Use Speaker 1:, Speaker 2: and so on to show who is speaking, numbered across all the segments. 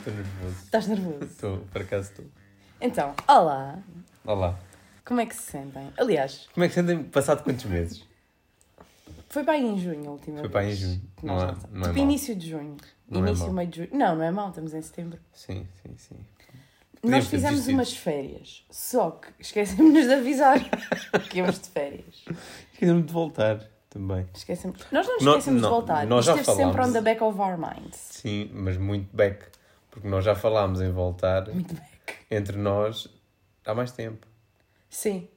Speaker 1: Estou nervoso.
Speaker 2: Estás nervoso?
Speaker 1: Estou, por acaso estou.
Speaker 2: Então, olá!
Speaker 1: Olá.
Speaker 2: Como é que se sentem? Aliás,
Speaker 1: Como é que sentem passado quantos meses?
Speaker 2: foi para aí em junho a última
Speaker 1: Foi
Speaker 2: vez.
Speaker 1: para aí em junho.
Speaker 2: que
Speaker 1: Não
Speaker 2: nós
Speaker 1: é-
Speaker 2: lançamos.
Speaker 1: não é
Speaker 2: tipo
Speaker 1: mau.
Speaker 2: início de junho.
Speaker 1: Não é
Speaker 2: início,
Speaker 1: mau.
Speaker 2: meio de junho. Não, não é mal, estamos em setembro.
Speaker 1: Sim, sim, sim.
Speaker 2: Nós
Speaker 1: ter
Speaker 2: fizemos
Speaker 1: desistido.
Speaker 2: umas férias, só que esquecemos-nos de avisar que íamos de férias.
Speaker 1: Esqueci-me de voltar também.
Speaker 2: Esquecemos. Nós não nos
Speaker 1: Não-
Speaker 2: esquecemos
Speaker 1: não,
Speaker 2: de voltar.
Speaker 1: nós
Speaker 2: Isto
Speaker 1: já
Speaker 2: esteve sempre
Speaker 1: falámos.
Speaker 2: on the back of our minds.
Speaker 1: Sim, mas muito back. Porque nós já falámos em voltar
Speaker 2: Muito back.
Speaker 1: entre nós há mais tempo.
Speaker 2: Sim.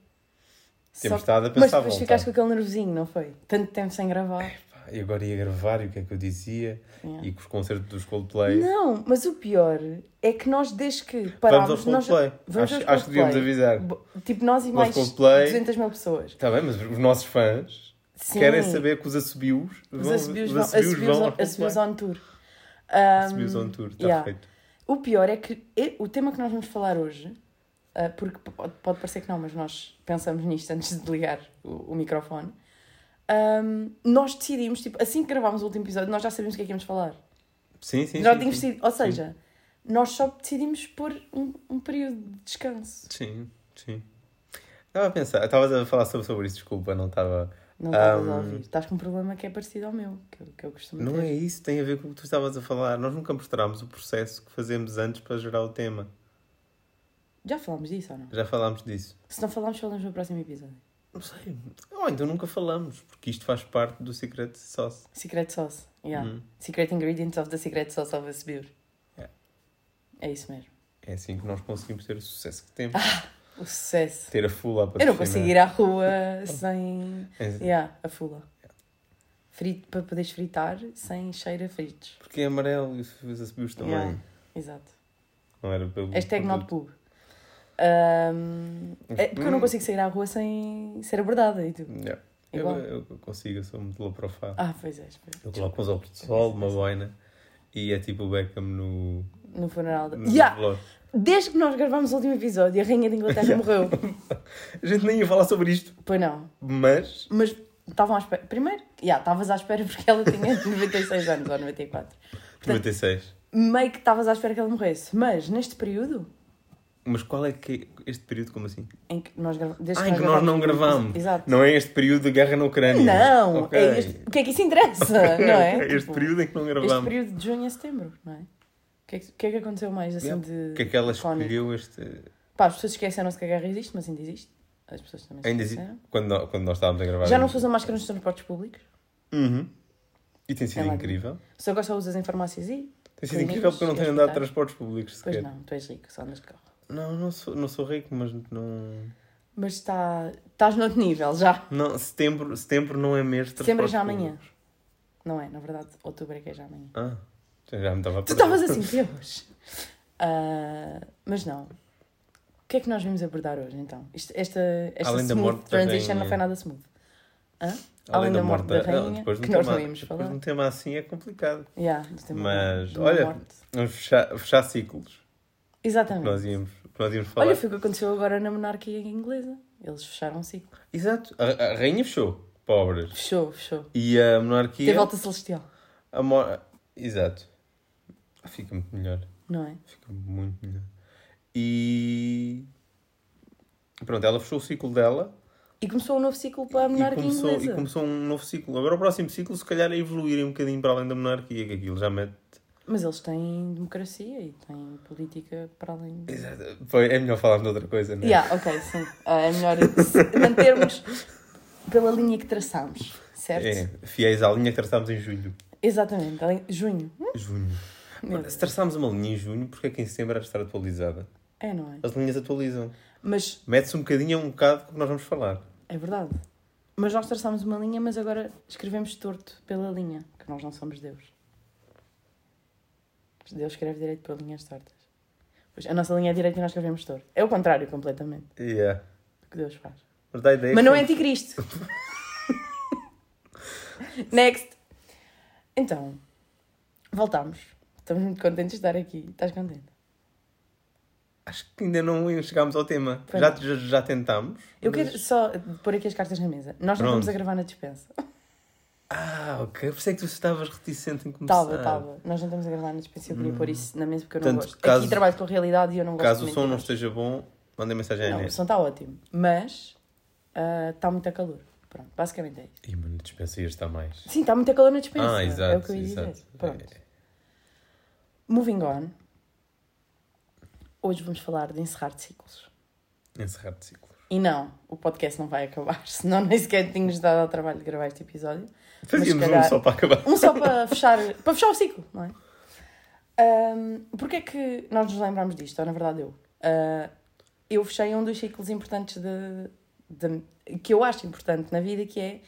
Speaker 1: Temos
Speaker 2: Só-
Speaker 1: estado a
Speaker 2: Mas
Speaker 1: pensar É,
Speaker 2: depois
Speaker 1: voltar.
Speaker 2: ficaste com aquele nervosinho, não foi? Tanto tempo sem gravar.
Speaker 1: Pá, E agora ia gravar e o que é que eu dizia?
Speaker 2: Yeah.
Speaker 1: E com os concertos dos Coldplay.
Speaker 2: Não, mas o pior é que nós, desde que
Speaker 1: Vamos
Speaker 2: parámos,
Speaker 1: ao
Speaker 2: nós...
Speaker 1: Coldplay.
Speaker 2: vamos
Speaker 1: acho,
Speaker 2: ao
Speaker 1: acho que devíamos
Speaker 2: Coldplay.
Speaker 1: avisar.
Speaker 2: Bo- Tipo, nós e mais
Speaker 1: Coldplay.
Speaker 2: 200 mil pessoas.
Speaker 1: Está bem, mas os nossos fãs
Speaker 2: Sim.
Speaker 1: querem saber que os assobios vão.
Speaker 2: Os assobios
Speaker 1: os assobios vão ao
Speaker 2: vão, assobios on, assobios
Speaker 1: Coldplay.
Speaker 2: on tour.
Speaker 1: Assobios on tour, está
Speaker 2: yeah.
Speaker 1: feito.
Speaker 2: O pior é que e- o tema que nós vamos falar hoje, ah, porque p- pode, pode parecer que não, mas nós pensamos nisto antes de ligar o, o microfone. Ahm, nós decidimos, tipo, assim que gravámos o último episódio, nós já sabíamos o que é que íamos falar.
Speaker 1: Sim, sim.
Speaker 2: já
Speaker 1: sim,
Speaker 2: tínhamos
Speaker 1: sim.
Speaker 2: decidido, ou seja, nós só decidimos pôr um, um período de descanso.
Speaker 1: Sim, sim. Estava a pensar, estavas a falar sobre, sobre isso, desculpa, não estava.
Speaker 2: Não estás a
Speaker 1: Ahm.
Speaker 2: ouvir. Estás com um problema que é parecido ao meu, que, eu- que eu costumo
Speaker 1: Não
Speaker 2: ter.
Speaker 1: é isso, tem a ver com o que tu estavas a falar. Nós nunca mostramos o processo que fazemos antes para gerar o tema.
Speaker 2: Já falámos disso ou não?
Speaker 1: Já falámos disso.
Speaker 2: Se não falámos, falamos no próximo episódio.
Speaker 1: Não sei. Oh, então nunca falamos, porque isto faz parte do Secret Sauce.
Speaker 2: Secret sauce. Yeah.
Speaker 1: Hum.
Speaker 2: Secret ingredients of the secret sauce of a beer.
Speaker 1: Yeah.
Speaker 2: É isso mesmo.
Speaker 1: É assim que nós conseguimos ter o sucesso que temos.
Speaker 2: O sucesso.
Speaker 1: Ter a né? É fula para
Speaker 2: Ah, Eu não consigo ir à rua sem.
Speaker 1: assim.
Speaker 2: Yeah, a fula. Frito, para poderes fritar sem cheiro a fritos.
Speaker 1: Porque é amarelo e os assobios também.
Speaker 2: Yeah. Exato.
Speaker 1: Não era pelo.
Speaker 2: Hashtag
Speaker 1: produto.
Speaker 2: not pub. Ahm, é porque eu
Speaker 1: Hum.
Speaker 2: não consigo sair à rua sem ser abordada e tudo.
Speaker 1: Yeah. Eu,
Speaker 2: Igual.
Speaker 1: eu consigo, eu sou muito low profile.
Speaker 2: Ah, pois é. pois
Speaker 1: Eu
Speaker 2: é.
Speaker 1: coloco uns óculos de sol, uma boina e é tipo o Beckham no.
Speaker 2: No funeral. da.
Speaker 1: no
Speaker 2: Yeah!
Speaker 1: velório.
Speaker 2: Desde que nós gravámos o último episódio, a Rainha de Inglaterra morreu.
Speaker 1: A gente nem ia falar sobre isto,
Speaker 2: Pois não.
Speaker 1: mas.
Speaker 2: Mas estavam à espera. Primeiro, já, estavas à espera porque ela tinha 96 anos ou 94.
Speaker 1: 96.
Speaker 2: Meio que estavas à espera que ela morresse. Mas neste período
Speaker 1: Mas qual é que é este período, como assim?
Speaker 2: em que nós gravamos. Desde
Speaker 1: Ah, em que nós não
Speaker 2: gravámos-
Speaker 1: gravámos.
Speaker 2: Exato.
Speaker 1: Não é este período da guerra na Ucrânia.
Speaker 2: Não,
Speaker 1: Ok.
Speaker 2: é este. O que é que isso interessa? não é?
Speaker 1: Ok, Este
Speaker 2: Tipo,
Speaker 1: período em que não
Speaker 2: este
Speaker 1: gravámos.
Speaker 2: período de junho a setembro, não é? O que é que, o que, é que aconteceu mais assim
Speaker 1: Yeah.
Speaker 2: de.
Speaker 1: O que é que ela
Speaker 2: icónico?
Speaker 1: escolheu este.
Speaker 2: Pá, as pessoas esqueceram-se que a guerra existe, mas ainda existe. As pessoas também se
Speaker 1: Ainda exi-
Speaker 2: esqueceram.
Speaker 1: quando, nó- quando nós estávamos a gravar.
Speaker 2: Já não se usa máscara nos transportes públicos.
Speaker 1: Uhum. E tem sido
Speaker 2: Ela-
Speaker 1: incrível.
Speaker 2: Só agora só usas em farmácias e.
Speaker 1: Tem sido
Speaker 2: Clínicas,
Speaker 1: incrível porque eu não tenho andado de
Speaker 2: hospitais.
Speaker 1: transportes públicos
Speaker 2: é Pois
Speaker 1: sequer.
Speaker 2: não, tu és rico, só andas de carro.
Speaker 1: Não, não sou, não sou rico, mas não.
Speaker 2: Mas está. Estás noutro nível já.
Speaker 1: Não, setembro, setembro não é mês de
Speaker 2: Setembro é já
Speaker 1: transportes
Speaker 2: amanhã. Não é, na verdade, outubro é que é já amanhã.
Speaker 1: públicos. Ah, já já me estava a
Speaker 2: Tu
Speaker 1: perder.
Speaker 2: estavas assim, Deus! Ah, mas não. O que é que nós vimos abordar hoje então? Isto- esta esta
Speaker 1: Além da
Speaker 2: smooth
Speaker 1: morte é. da
Speaker 2: transition
Speaker 1: rainha.
Speaker 2: não foi nada smooth. Além da morte da rainha,
Speaker 1: depois de um
Speaker 2: que nós
Speaker 1: tema-
Speaker 2: não íamos
Speaker 1: depois
Speaker 2: falar.
Speaker 1: de um tema assim é complicado.
Speaker 2: Yeah, do tema
Speaker 1: Mas,
Speaker 2: da- da
Speaker 1: olha,
Speaker 2: morte.
Speaker 1: Vamos fechar, fechar ciclos que
Speaker 2: Exatamente.
Speaker 1: nós íamos, que nós íamos falar.
Speaker 2: Ah, Olha, foi o que aconteceu agora na monarquia inglesa. Eles fecharam o ciclo.
Speaker 1: Exato, a, a rainha fechou, pobres.
Speaker 2: Fechou, fechou.
Speaker 1: E é? a
Speaker 2: Teve
Speaker 1: monarquia.
Speaker 2: volta celestial,
Speaker 1: A mo... Exato. Fica muito melhor.
Speaker 2: não é?
Speaker 1: Fica muito melhor. E. Pronto, ela fechou o ciclo dela
Speaker 2: E começou um novo ciclo para a
Speaker 1: e
Speaker 2: monarquia
Speaker 1: começou, e
Speaker 2: inglesa.
Speaker 1: começou um novo ciclo. Agora o próximo ciclo, se calhar, é evoluir um bocadinho para além da monarquia, que aquilo já mete.
Speaker 2: Mas eles têm democracia e têm política para além. de-
Speaker 1: Exato. Foi- É melhor falarmos de outra coisa, não é?
Speaker 2: Yeah, ok, sim. Ah, é melhor se- mantermos pela linha que traçámos, certo?
Speaker 1: É, fiéis à linha que traçámos em julho.
Speaker 2: Exatamente, ali- junho. Hum,
Speaker 1: Junho.
Speaker 2: meu Deus.
Speaker 1: Se traçámos uma linha em junho, porque é que em setembro há de estar atualizada?
Speaker 2: É, não é?
Speaker 1: As linhas atualizam.
Speaker 2: Mas
Speaker 1: Mete-se um bocadinho a um bocado com o que nós vamos falar.
Speaker 2: é verdade. Mas nós traçámos uma linha, mas agora escrevemos torto pela linha, que nós não somos Deus. Deus escreve direito pelas linhas tortas. Pois a nossa linha é direita e nós escrevemos torto. É o contrário completamente
Speaker 1: Yeah.
Speaker 2: do que Deus faz.
Speaker 1: Mas dá a ideia
Speaker 2: Mas
Speaker 1: que um-
Speaker 2: não é
Speaker 1: somos-
Speaker 2: anticristo. Next. Então, voltámos. Estamos muito contentes de estar aqui. Estás contente?
Speaker 1: Acho que ainda não chegámos ao tema.
Speaker 2: Pronto.
Speaker 1: Já, já, já tentámos.
Speaker 2: Eu
Speaker 1: mas-
Speaker 2: quero só pôr aqui as cartas na mesa. Nós não
Speaker 1: Pronto.
Speaker 2: estamos a gravar na dispensa.
Speaker 1: Ah, ok. Por isso é que tu estavas reticente em começar.
Speaker 2: Oh, Tava, tava. Nós não estamos a gravar na dispensa. Eu queria pôr isso na mesa porque eu não
Speaker 1: Hum. Portanto,
Speaker 2: gosto. Aqui
Speaker 1: caso-
Speaker 2: trabalho com a realidade e eu não gosto
Speaker 1: Caso
Speaker 2: de
Speaker 1: o som não
Speaker 2: mentiras.
Speaker 1: esteja bom, mandem mensagem à
Speaker 2: Não, o
Speaker 1: Inês.
Speaker 2: som está ótimo. Mas ah, está muito a calor. Pronto, basicamente é isso.
Speaker 1: Ih, mano, dispensa ia estar mais.
Speaker 2: Sim, está muito a calor na dispensa.
Speaker 1: Ah, exato,
Speaker 2: é o que eu ia
Speaker 1: exato.
Speaker 2: dizer. Pronto. Moving on. Hoje vamos falar de encerrar de ciclos.
Speaker 1: É, Encerrar de ciclo.
Speaker 2: E não, o podcast não vai acabar, senão nem sequer tínhamos dado ao trabalho de gravar este episódio.
Speaker 1: Fazíamos
Speaker 2: calhar-
Speaker 1: um só para acabar.
Speaker 2: Um só para fechar, para fechar o ciclo, não é? Ahm, Porquê é que nós nos lembramos disto? Ou, na verdade, eu. Ah, eu fechei um dos ciclos importantes de, de- que eu acho importante na vida, que é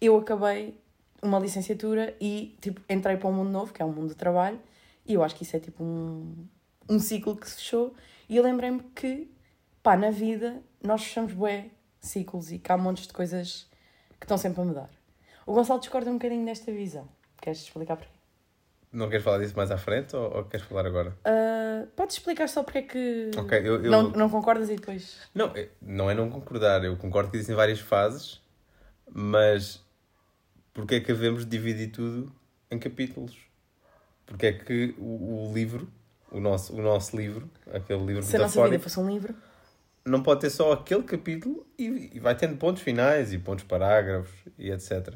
Speaker 2: eu acabei uma licenciatura e tipo, entrei para um mundo novo, que é um mundo de trabalho, e eu acho que isso é tipo um, um ciclo que se fechou. E eu lembrei-me que, pá, na vida nós fechamos bué ciclos e que há montes de coisas que estão sempre a mudar. O Gonçalo discorda um bocadinho desta visão. Queres explicar porquê?
Speaker 1: Não queres falar disso mais à frente ou, ou queres falar agora?
Speaker 2: Ah, podes explicar só porque é que
Speaker 1: Ok, eu- eu-
Speaker 2: Não, não concordas e depois.
Speaker 1: Não, é- não é não concordar. Eu concordo que existem várias fases, mas porque é que havemos de dividir tudo em capítulos? Porque é que o, o livro, o nosso, o nosso livro, aquele livro
Speaker 2: Se a nossa vida
Speaker 1: metafórico,
Speaker 2: fosse um livro,
Speaker 1: não pode ter só aquele capítulo e, e vai tendo pontos finais e pontos parágrafos e etc.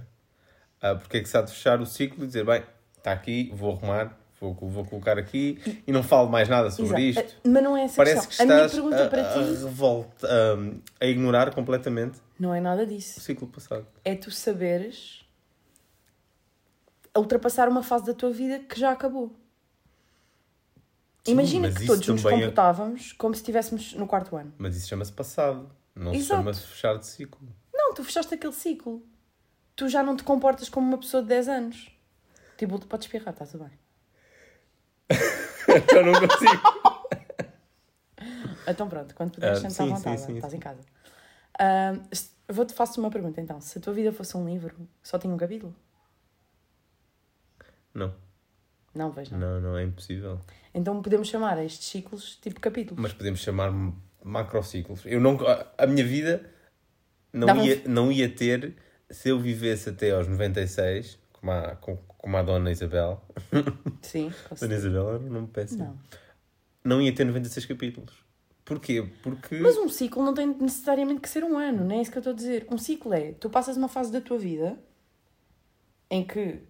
Speaker 1: Ah, porque é que se há de fechar o ciclo e dizer, bem, está aqui, vou arrumar, vou, vou colocar aqui e não falo mais nada sobre
Speaker 2: Exato.
Speaker 1: isto.
Speaker 2: Ah, Mas não é essa
Speaker 1: Parece que
Speaker 2: questão. a minha
Speaker 1: estás
Speaker 2: pergunta
Speaker 1: a,
Speaker 2: para
Speaker 1: a
Speaker 2: ti
Speaker 1: revolta, hum, a ignorar completamente
Speaker 2: não é nada
Speaker 1: o
Speaker 2: disso.
Speaker 1: ciclo passado.
Speaker 2: É tu saberes ultrapassar uma fase da tua vida que já acabou.
Speaker 1: Sim,
Speaker 2: Imagina
Speaker 1: mas
Speaker 2: que
Speaker 1: isso
Speaker 2: todos nos
Speaker 1: também é-
Speaker 2: comportávamos como se estivéssemos no quarto ano.
Speaker 1: Mas isso chama-se passado, não se
Speaker 2: Exato.
Speaker 1: chama-se fechar de ciclo.
Speaker 2: Não, tu fechaste aquele ciclo. Tu já não te comportas como uma pessoa de 10 anos. Tipo, tu podes espirrar, está tudo bem.
Speaker 1: Eu não consigo.
Speaker 2: Então pronto, quando puderes
Speaker 1: Ah,
Speaker 2: sentar à
Speaker 1: sim,
Speaker 2: vontade,
Speaker 1: sim, sim,
Speaker 2: estás
Speaker 1: sim.
Speaker 2: em casa. Ah, se- Vou-te faço-te uma pergunta então. Se a tua vida fosse um livro, só tinha um capítulo?
Speaker 1: não,
Speaker 2: Não, vejo não.
Speaker 1: não, não, é impossível.
Speaker 2: Então podemos chamar a estes ciclos tipo capítulos.
Speaker 1: Mas podemos chamar m- macrociclos. Eu não, a- a minha vida não
Speaker 2: Dava-
Speaker 1: ia, não ia ter se eu vivesse até aos 96, como a, com- como a dona Isabel.
Speaker 2: Sim, com
Speaker 1: Dona
Speaker 2: certeza.
Speaker 1: Isabel era um nome péssimo.
Speaker 2: Não.
Speaker 1: Não ia ter 96 capítulos. Porquê? Porque.
Speaker 2: Mas um ciclo não tem necessariamente que ser um ano, não é isso que eu estou a dizer. Um ciclo é, tu passas uma fase da tua vida em que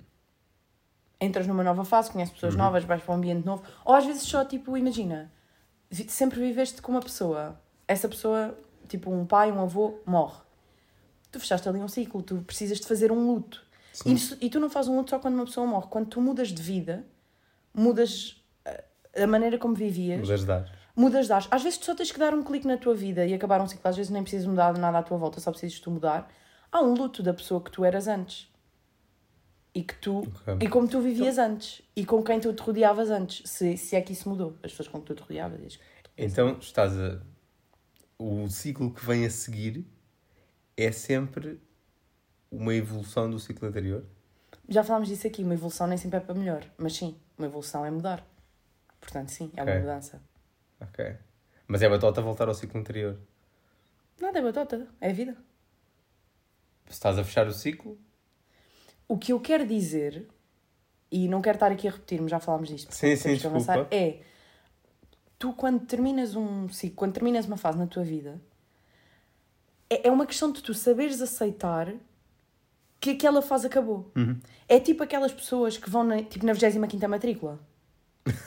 Speaker 2: entras numa nova fase, conheces pessoas novas, vais para um ambiente novo, ou às vezes só tipo, imagina, vi- sempre viveste com uma pessoa, essa pessoa, tipo um pai, um avô, morre. Tu fechaste ali um ciclo, tu precisas de fazer um luto. E, isso- e tu não fazes um luto só quando uma pessoa morre, quando tu mudas de vida, mudas eh, a, a maneira como vivias
Speaker 1: Mas ajudar.
Speaker 2: mudas de ares. Às vezes tu só tens que dar um clique na tua vida e acabar um ciclo. Às vezes nem precisas mudar nada à tua volta, só precisas tu mudar. Há um luto da pessoa que tu eras antes. E que tu...
Speaker 1: Ok.
Speaker 2: E como tu vivias antes. E com quem tu te rodeavas antes. Se, se é que isso mudou. As pessoas com que tu te rodeavas. diz.
Speaker 1: Então estás a. O ciclo que vem a seguir é sempre uma evolução do ciclo anterior.
Speaker 2: Já falámos disso aqui. Uma evolução nem sempre é para melhor. Mas sim, uma evolução é mudar. Portanto, sim, é uma
Speaker 1: Ok.
Speaker 2: mudança.
Speaker 1: Ok. Mas é batota voltar ao ciclo anterior.
Speaker 2: Nada é batota. É vida.
Speaker 1: Se estás a fechar o ciclo,
Speaker 2: O que eu quero dizer, e não quero estar aqui a repetir-me, já falámos disto, porque
Speaker 1: Sim, sim,
Speaker 2: temos que
Speaker 1: desculpa.
Speaker 2: avançar, é tu quando terminas um ciclo, quando terminas uma fase na tua vida, é, é uma questão de tu saberes aceitar que aquela fase acabou.
Speaker 1: Uhum.
Speaker 2: É tipo aquelas pessoas que vão na, tipo, na 25 matrícula.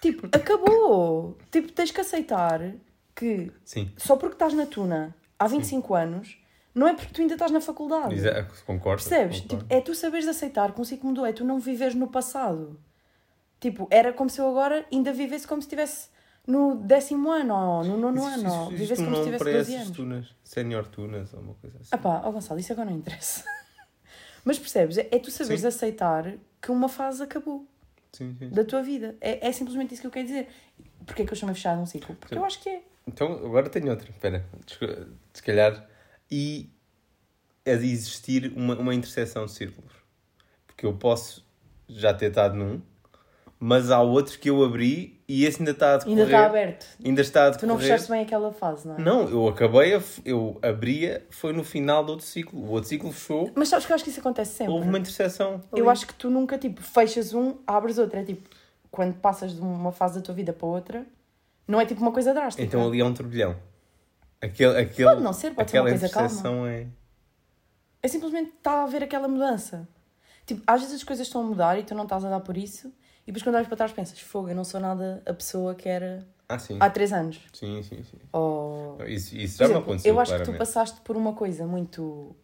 Speaker 2: tipo, acabou! Tipo, tens que aceitar que
Speaker 1: sim.
Speaker 2: só porque estás na tuna há 25 anos, não é porque tu ainda estás na faculdade.
Speaker 1: Diz- ah, Concordo.
Speaker 2: Percebes?
Speaker 1: concordo.
Speaker 2: Tipo, é tu saberes aceitar que um ciclo mudou, é tu não viveres no passado. Tipo, era como se eu agora ainda vivesse como se estivesse no décimo ano ou no nono
Speaker 1: Existe-
Speaker 2: ano, ou
Speaker 1: existe
Speaker 2: é vivesse
Speaker 1: um
Speaker 2: como se
Speaker 1: nome
Speaker 2: estivesse
Speaker 1: para
Speaker 2: 12
Speaker 1: essas
Speaker 2: anos.
Speaker 1: tunas. Sénior tunas ou uma coisa assim.
Speaker 2: Ah pá, ó Gonçalo, isso agora não interessa. Mas percebes? É é tu saberes
Speaker 1: Sim.
Speaker 2: aceitar que uma fase acabou
Speaker 1: Sim, sim.
Speaker 2: da tua vida. É, é simplesmente isso que eu quero dizer. Porquê é que eu chamo fechado um ciclo? Porque
Speaker 1: Sim.
Speaker 2: eu acho que é.
Speaker 1: Então, agora tenho outra. Espera. Desco- Se calhar. E é de existir uma, uma interseção de círculos. Porque eu posso já ter estado num, mas há outro que eu abri e esse ainda está a decorrer.
Speaker 2: Ainda está aberto.
Speaker 1: Ainda está a
Speaker 2: Tu não
Speaker 1: decorrer.
Speaker 2: fechaste bem aquela fase, não é?
Speaker 1: Não, eu acabei, a f- eu abria, foi no final do outro ciclo. O outro ciclo fechou,
Speaker 2: Mas sabes que eu acho que isso acontece sempre. é?
Speaker 1: houve um uma interseção.
Speaker 2: Eu
Speaker 1: ali.
Speaker 2: acho que tu nunca, tipo, fechas um, abres outro. É tipo, quando passas de uma fase da tua vida para outra, não é tipo uma coisa drástica.
Speaker 1: Então ali é um turbilhão. Aquele, aquele,
Speaker 2: Pode não ser, pode ser uma
Speaker 1: aquela
Speaker 2: coisa calma.
Speaker 1: interseção é.
Speaker 2: É simplesmente está a haver aquela mudança. Tipo, às vezes as coisas estão a mudar e tu não estás a dar por isso. E depois quando olhas para trás pensas, fogo, eu não sou nada a pessoa que era
Speaker 1: Ah, sim.
Speaker 2: há três anos.
Speaker 1: Sim, sim, sim.
Speaker 2: Ou...
Speaker 1: Isso, isso já
Speaker 2: Por
Speaker 1: me
Speaker 2: exemplo,
Speaker 1: aconteceu.
Speaker 2: eu acho que tu
Speaker 1: claramente.
Speaker 2: passaste por uma coisa muito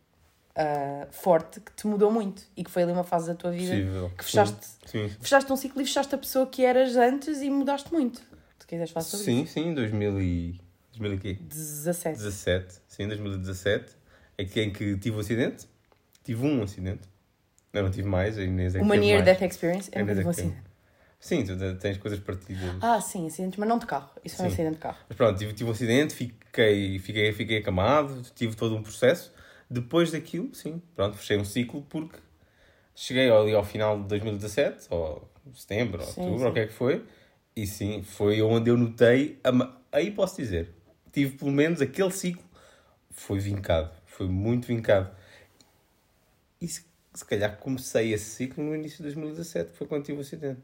Speaker 2: ah, forte que te mudou muito e que foi ali uma fase da tua vida
Speaker 1: Possível.
Speaker 2: que fechaste,
Speaker 1: Sim, sim.
Speaker 2: fechaste um ciclo e fechaste a pessoa que eras antes e mudaste muito. Se quiseres falar sobre
Speaker 1: Sim, sim, em 2000 e... 2000 e quê?
Speaker 2: isso. 17.
Speaker 1: 17, sim, 2017, é que em que tive um acidente, tive um acidente, não, não tive mais, a Inês é que
Speaker 2: Uma
Speaker 1: teve mais.
Speaker 2: near death experience é um
Speaker 1: Ainda
Speaker 2: bocadinho
Speaker 1: teve.
Speaker 2: assim.
Speaker 1: Sim, tu te- tens coisas partidas.
Speaker 2: Ah, sim, acidentes, mas não de carro. Isso foi um
Speaker 1: Sim.
Speaker 2: acidente de carro.
Speaker 1: Mas pronto, tive, tive um acidente, fiquei, fiquei, fiquei acamado, tive todo um processo. Depois daquilo, sim, pronto, fechei um ciclo porque cheguei ali ao final de 2017, ou setembro, ou
Speaker 2: Sim,
Speaker 1: outubro,
Speaker 2: sim.
Speaker 1: ou o que é que foi, e sim, foi onde eu notei, a ma- aí posso dizer, tive pelo menos aquele ciclo, foi vincado, foi muito vincado. E se, se calhar comecei esse ciclo no início de 2017, foi quando tive o acidente.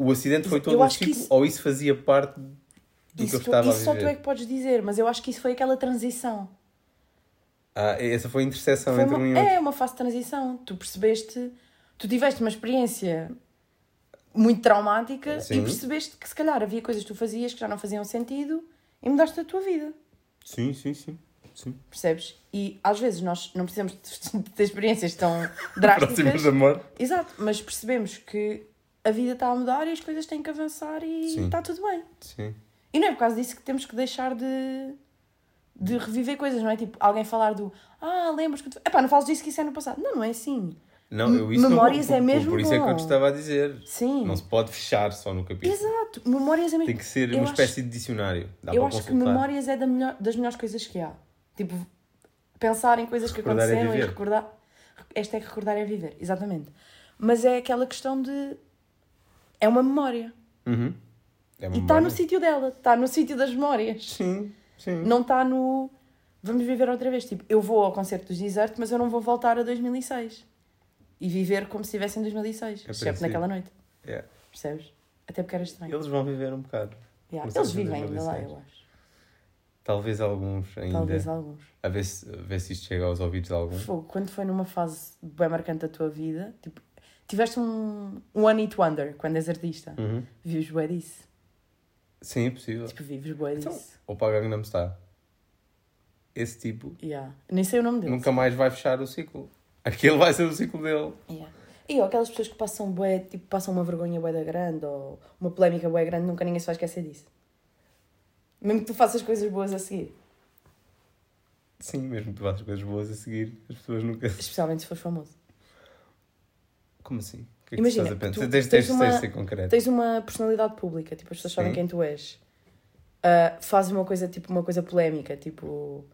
Speaker 1: O acidente foi
Speaker 2: Eu
Speaker 1: todo o
Speaker 2: acho que
Speaker 1: ciclo,
Speaker 2: isso-
Speaker 1: ou isso fazia parte do que eu
Speaker 2: Isso, tu-
Speaker 1: estava
Speaker 2: isso
Speaker 1: a
Speaker 2: só tu
Speaker 1: viver?
Speaker 2: é que podes dizer, mas eu acho que isso foi aquela transição.
Speaker 1: Ah, essa foi a interseção
Speaker 2: Foi
Speaker 1: entre
Speaker 2: uma-
Speaker 1: um e outro.
Speaker 2: é uma fase de transição. Tu percebeste, tu tiveste uma experiência muito traumática e
Speaker 1: Sim.
Speaker 2: percebeste que se calhar havia coisas que tu fazias que já não faziam sentido e mudaste a tua vida.
Speaker 1: Sim, sim, sim. sim.
Speaker 2: Percebes? E às vezes nós não precisamos de de ter experiências tão
Speaker 1: Próximas
Speaker 2: drásticas.
Speaker 1: da morte.
Speaker 2: Exato, mas percebemos que a vida está a mudar e as coisas têm que avançar e
Speaker 1: Sim.
Speaker 2: está tudo bem.
Speaker 1: Sim.
Speaker 2: E não é por causa disso que temos que deixar de, de reviver coisas, não é? Tipo, alguém falar do Ah, lembras que tu. Epá, não falas disso que isso é no passado. Não, não é assim.
Speaker 1: Não, eu isso
Speaker 2: Memórias
Speaker 1: não,
Speaker 2: é mesmo
Speaker 1: Por isso é que eu te
Speaker 2: bom.
Speaker 1: estava a dizer.
Speaker 2: Sim.
Speaker 1: Não se pode fechar só no capítulo.
Speaker 2: Exato. Memórias é mesmo.
Speaker 1: Tem que ser
Speaker 2: Eu
Speaker 1: uma
Speaker 2: acho-
Speaker 1: espécie de dicionário. Dá
Speaker 2: Eu
Speaker 1: para
Speaker 2: acho que
Speaker 1: consultar.
Speaker 2: memórias é da melhor, das melhores coisas que há. Tipo, pensar em coisas que
Speaker 1: Recordar é
Speaker 2: aconteceram e
Speaker 1: viver.
Speaker 2: recordar. Esta é que recordar é viver, exatamente. Mas é aquela questão de. É uma memória.
Speaker 1: Uhum. É uma
Speaker 2: E está
Speaker 1: memória.
Speaker 2: no sítio dela, está no sítio das memórias.
Speaker 1: Sim, sim.
Speaker 2: Não está no. Vamos viver outra vez. Tipo, eu vou ao concerto dos Desert, mas eu não vou voltar a 2006. E viver como se estivesse em 2006, exceto
Speaker 1: princípio.
Speaker 2: naquela noite.
Speaker 1: É.
Speaker 2: Percebes? Até porque era estranho.
Speaker 1: Eles vão viver um bocado.
Speaker 2: Yeah,
Speaker 1: Mas
Speaker 2: Eles
Speaker 1: sabes, em
Speaker 2: vivem ainda lá,
Speaker 1: 2006.
Speaker 2: eu acho.
Speaker 1: Talvez alguns ainda.
Speaker 2: Talvez alguns.
Speaker 1: A, ver se, a ver se isto chega aos ouvidos de algum.
Speaker 2: Fogo, quando foi numa fase bem marcante da tua vida, tipo, tiveste um One It Wonder quando és artista.
Speaker 1: Uhum.
Speaker 2: Vives bué disso.
Speaker 1: Sim, é possível.
Speaker 2: Tipo, vives bué
Speaker 1: Então-
Speaker 2: disso.
Speaker 1: Ou para a Gangnam Style. Esse tipo
Speaker 2: Yeah. Nem sei o nome dele.
Speaker 1: nunca mais vai fechar o ciclo. Aquele vai ser o ciclo dele.
Speaker 2: Yeah. E ó, aquelas pessoas que passam bué, tipo, passam uma vergonha bué da grande ou uma polémica bué grande, nunca ninguém se vai esquecer disso. Mesmo que tu faças coisas boas a seguir.
Speaker 1: Sim, mesmo que tu faças coisas boas a seguir, as pessoas nunca.
Speaker 2: Especialmente se fores famoso.
Speaker 1: Como assim? O que é que
Speaker 2: Imagina,
Speaker 1: tu estás a pensar?
Speaker 2: tu
Speaker 1: tens, tens,
Speaker 2: tens
Speaker 1: tens
Speaker 2: uma-
Speaker 1: de ser concreto.
Speaker 2: Tens uma personalidade pública, tipo, as pessoas sabem
Speaker 1: Sim.
Speaker 2: quem tu és. Ah, fazes uma coisa, tipo, uma coisa polémica, tipo,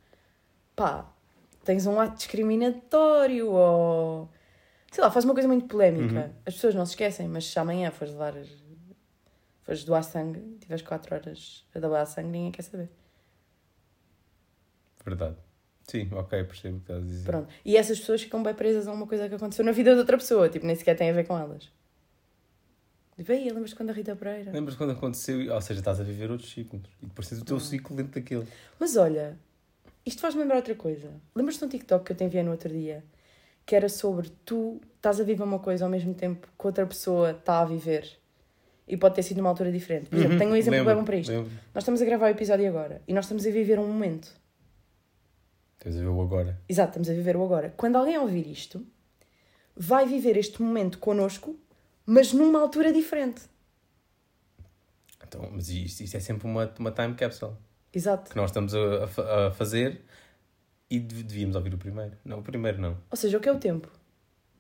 Speaker 2: pá, tens um ato discriminatório ou. Sei lá, fazes uma coisa muito polémica. As pessoas não se esquecem, mas se amanhã fores levar. fores doar sangue, tiveres 4 horas a doar sangue, ninguém quer saber.
Speaker 1: Verdade. Sim, ok, percebo o que estás a dizer.
Speaker 2: Pronto. E essas pessoas ficam bem presas a uma coisa que aconteceu na vida de outra pessoa, tipo, nem sequer tem a ver com elas. Tipo, aí, lembras-te quando a Rita Pereira?
Speaker 1: Lembras quando aconteceu? Ou seja, estás a viver outros ciclos e depois tens o
Speaker 2: Hum.
Speaker 1: teu ciclo dentro daquele.
Speaker 2: Mas olha, isto faz-me lembrar outra coisa. Lembras-te de um TikTok que eu te enviei no outro dia? Que era sobre tu estás a viver uma coisa ao mesmo tempo que outra pessoa está a viver. E pode ter sido numa altura diferente. Por exemplo,
Speaker 1: Uhum,
Speaker 2: tenho um exemplo
Speaker 1: lembro,
Speaker 2: bem bom para isto.
Speaker 1: lembro.
Speaker 2: Nós estamos a gravar o episódio agora e nós estamos a viver um momento.
Speaker 1: Tens a ver o agora.
Speaker 2: Exato, estamos a viver o agora. Quando alguém ouvir isto, vai viver este momento connosco, mas numa altura diferente.
Speaker 1: Então, mas isto, isto é sempre uma, uma time capsule
Speaker 2: Exato.
Speaker 1: que nós estamos a, a fa- a fazer e dev- devíamos ouvir o primeiro. Não, o primeiro não.
Speaker 2: Ou seja, o que é o tempo?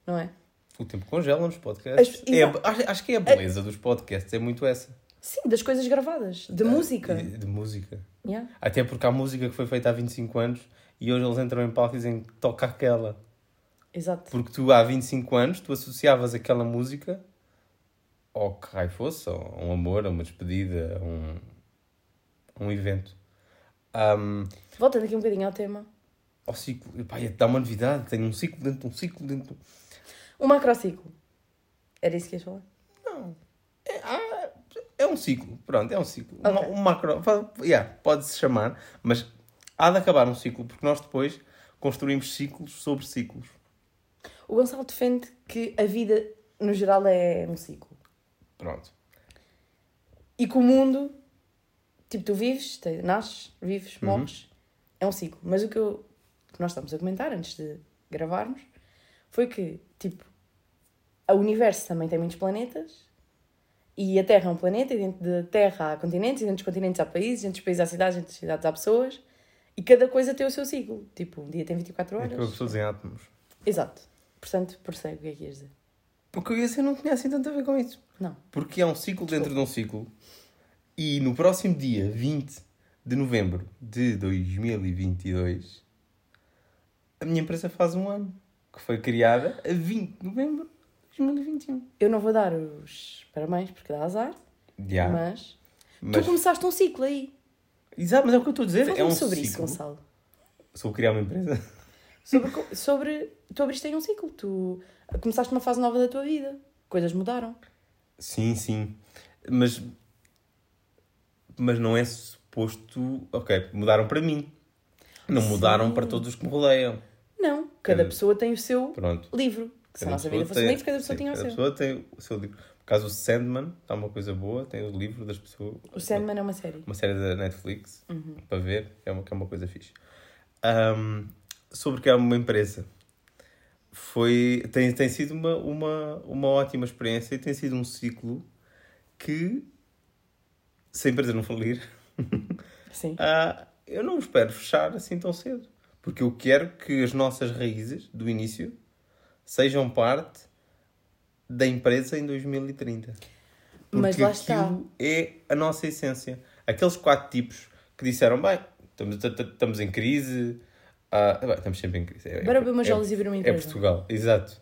Speaker 2: Não é?
Speaker 1: O tempo congela nos podcasts.
Speaker 2: As-
Speaker 1: É a- acho, acho que é a beleza dos podcasts, é muito essa.
Speaker 2: Sim, das coisas gravadas, de música.
Speaker 1: De, de música.
Speaker 2: Yeah.
Speaker 1: Até porque há música que foi feita há 25 anos e hoje eles entram em palco e dizem toca aquela.
Speaker 2: Exato.
Speaker 1: Porque tu há 25 anos tu associavas aquela música ou que raio fosse, ou um amor, ou uma despedida, um, um evento. Ahm,
Speaker 2: Voltando aqui um bocadinho ao tema.
Speaker 1: ao ciclo, epá, ia-te dar uma novidade, tenho um ciclo dentro de um ciclo dentro de um...
Speaker 2: O macrociclo. Era isso que ias falar?
Speaker 1: Não. É, há- é um ciclo. Pronto, é um ciclo.
Speaker 2: Ok.
Speaker 1: Um, um macro. fa- yeah, Pode-se chamar, mas há de acabar um ciclo, porque nós depois construímos ciclos sobre ciclos.
Speaker 2: O Gonçalo defende que a vida, no geral, é um ciclo.
Speaker 1: Pronto.
Speaker 2: E que o mundo, tipo, tu vives, te- nasces, vives,
Speaker 1: Uhum.
Speaker 2: morres, é um ciclo. Mas o que, eu, que nós estamos a comentar antes de gravarmos foi que, tipo, o universo também tem muitos planetas e a Terra é um planeta e dentro da Terra há continentes e dentro dos continentes há países, dentro dos países há cidades, dentro das cidades há pessoas e cada coisa tem o seu ciclo. Tipo, um dia tem 24
Speaker 1: É
Speaker 2: horas.
Speaker 1: que as pessoas em átomos.
Speaker 2: Exato. Portanto, percebo o que é que ias dizer.
Speaker 1: O que eu ia dizer não tinha assim tanto a ver com isso.
Speaker 2: Não.
Speaker 1: Porque é um ciclo dentro de um ciclo. E no próximo dia 20 de novembro de 2022, a minha empresa faz um ano. Que foi criada a 20 de novembro de 2021.
Speaker 2: Eu não vou dar os parabéns porque dá azar,
Speaker 1: Já.
Speaker 2: mas...
Speaker 1: Ah. Mas-
Speaker 2: Tu começaste um ciclo aí.
Speaker 1: Exato, mas é o que eu estou a dizer.
Speaker 2: Fala-me
Speaker 1: é um
Speaker 2: sobre isso,
Speaker 1: ciclo.
Speaker 2: Gonçalo.
Speaker 1: Sobre criar uma empresa.
Speaker 2: Sobre, co- sobre. Tu abriste aí um ciclo. Tu começaste uma fase nova da tua vida. Coisas mudaram.
Speaker 1: Sim, sim. Mas. Mas não é suposto. Ok, mudaram para mim. Não mudaram para todos os que me rodeiam.
Speaker 2: Não. Cada
Speaker 1: Cada-
Speaker 2: pessoa tem o seu
Speaker 1: Pronto.
Speaker 2: livro. Que se a
Speaker 1: Cada
Speaker 2: nossa
Speaker 1: pessoa
Speaker 2: vida fosse um
Speaker 1: tem-
Speaker 2: livro, cada pessoa
Speaker 1: sim,
Speaker 2: tinha o seu.
Speaker 1: Cada pessoa tem o seu livro. Por acaso, o Sandman está uma coisa boa, tem o livro das pessoas.
Speaker 2: O Sandman é uma série.
Speaker 1: Uma série da Netflix para ver, que é uma, que é uma coisa fixe. Ahm, sobre criar uma empresa. Foi, tem, tem sido uma, uma, uma ótima experiência e tem sido um ciclo que, se a empresa não falir,
Speaker 2: Sim.
Speaker 1: ah, eu não espero fechar assim tão cedo. Porque eu quero que as nossas raízes do início sejam parte da empresa em 2030. Porque
Speaker 2: Mas lá está.
Speaker 1: aquilo é a nossa essência. Aqueles quatro tipos que disseram, bem, estamos, t- t- estamos em crise, ah, bem, estamos sempre em crise. É-
Speaker 2: Bora
Speaker 1: é-
Speaker 2: beber umas
Speaker 1: é-
Speaker 2: jolas e ver uma
Speaker 1: é
Speaker 2: empresa.
Speaker 1: Portugal, exato.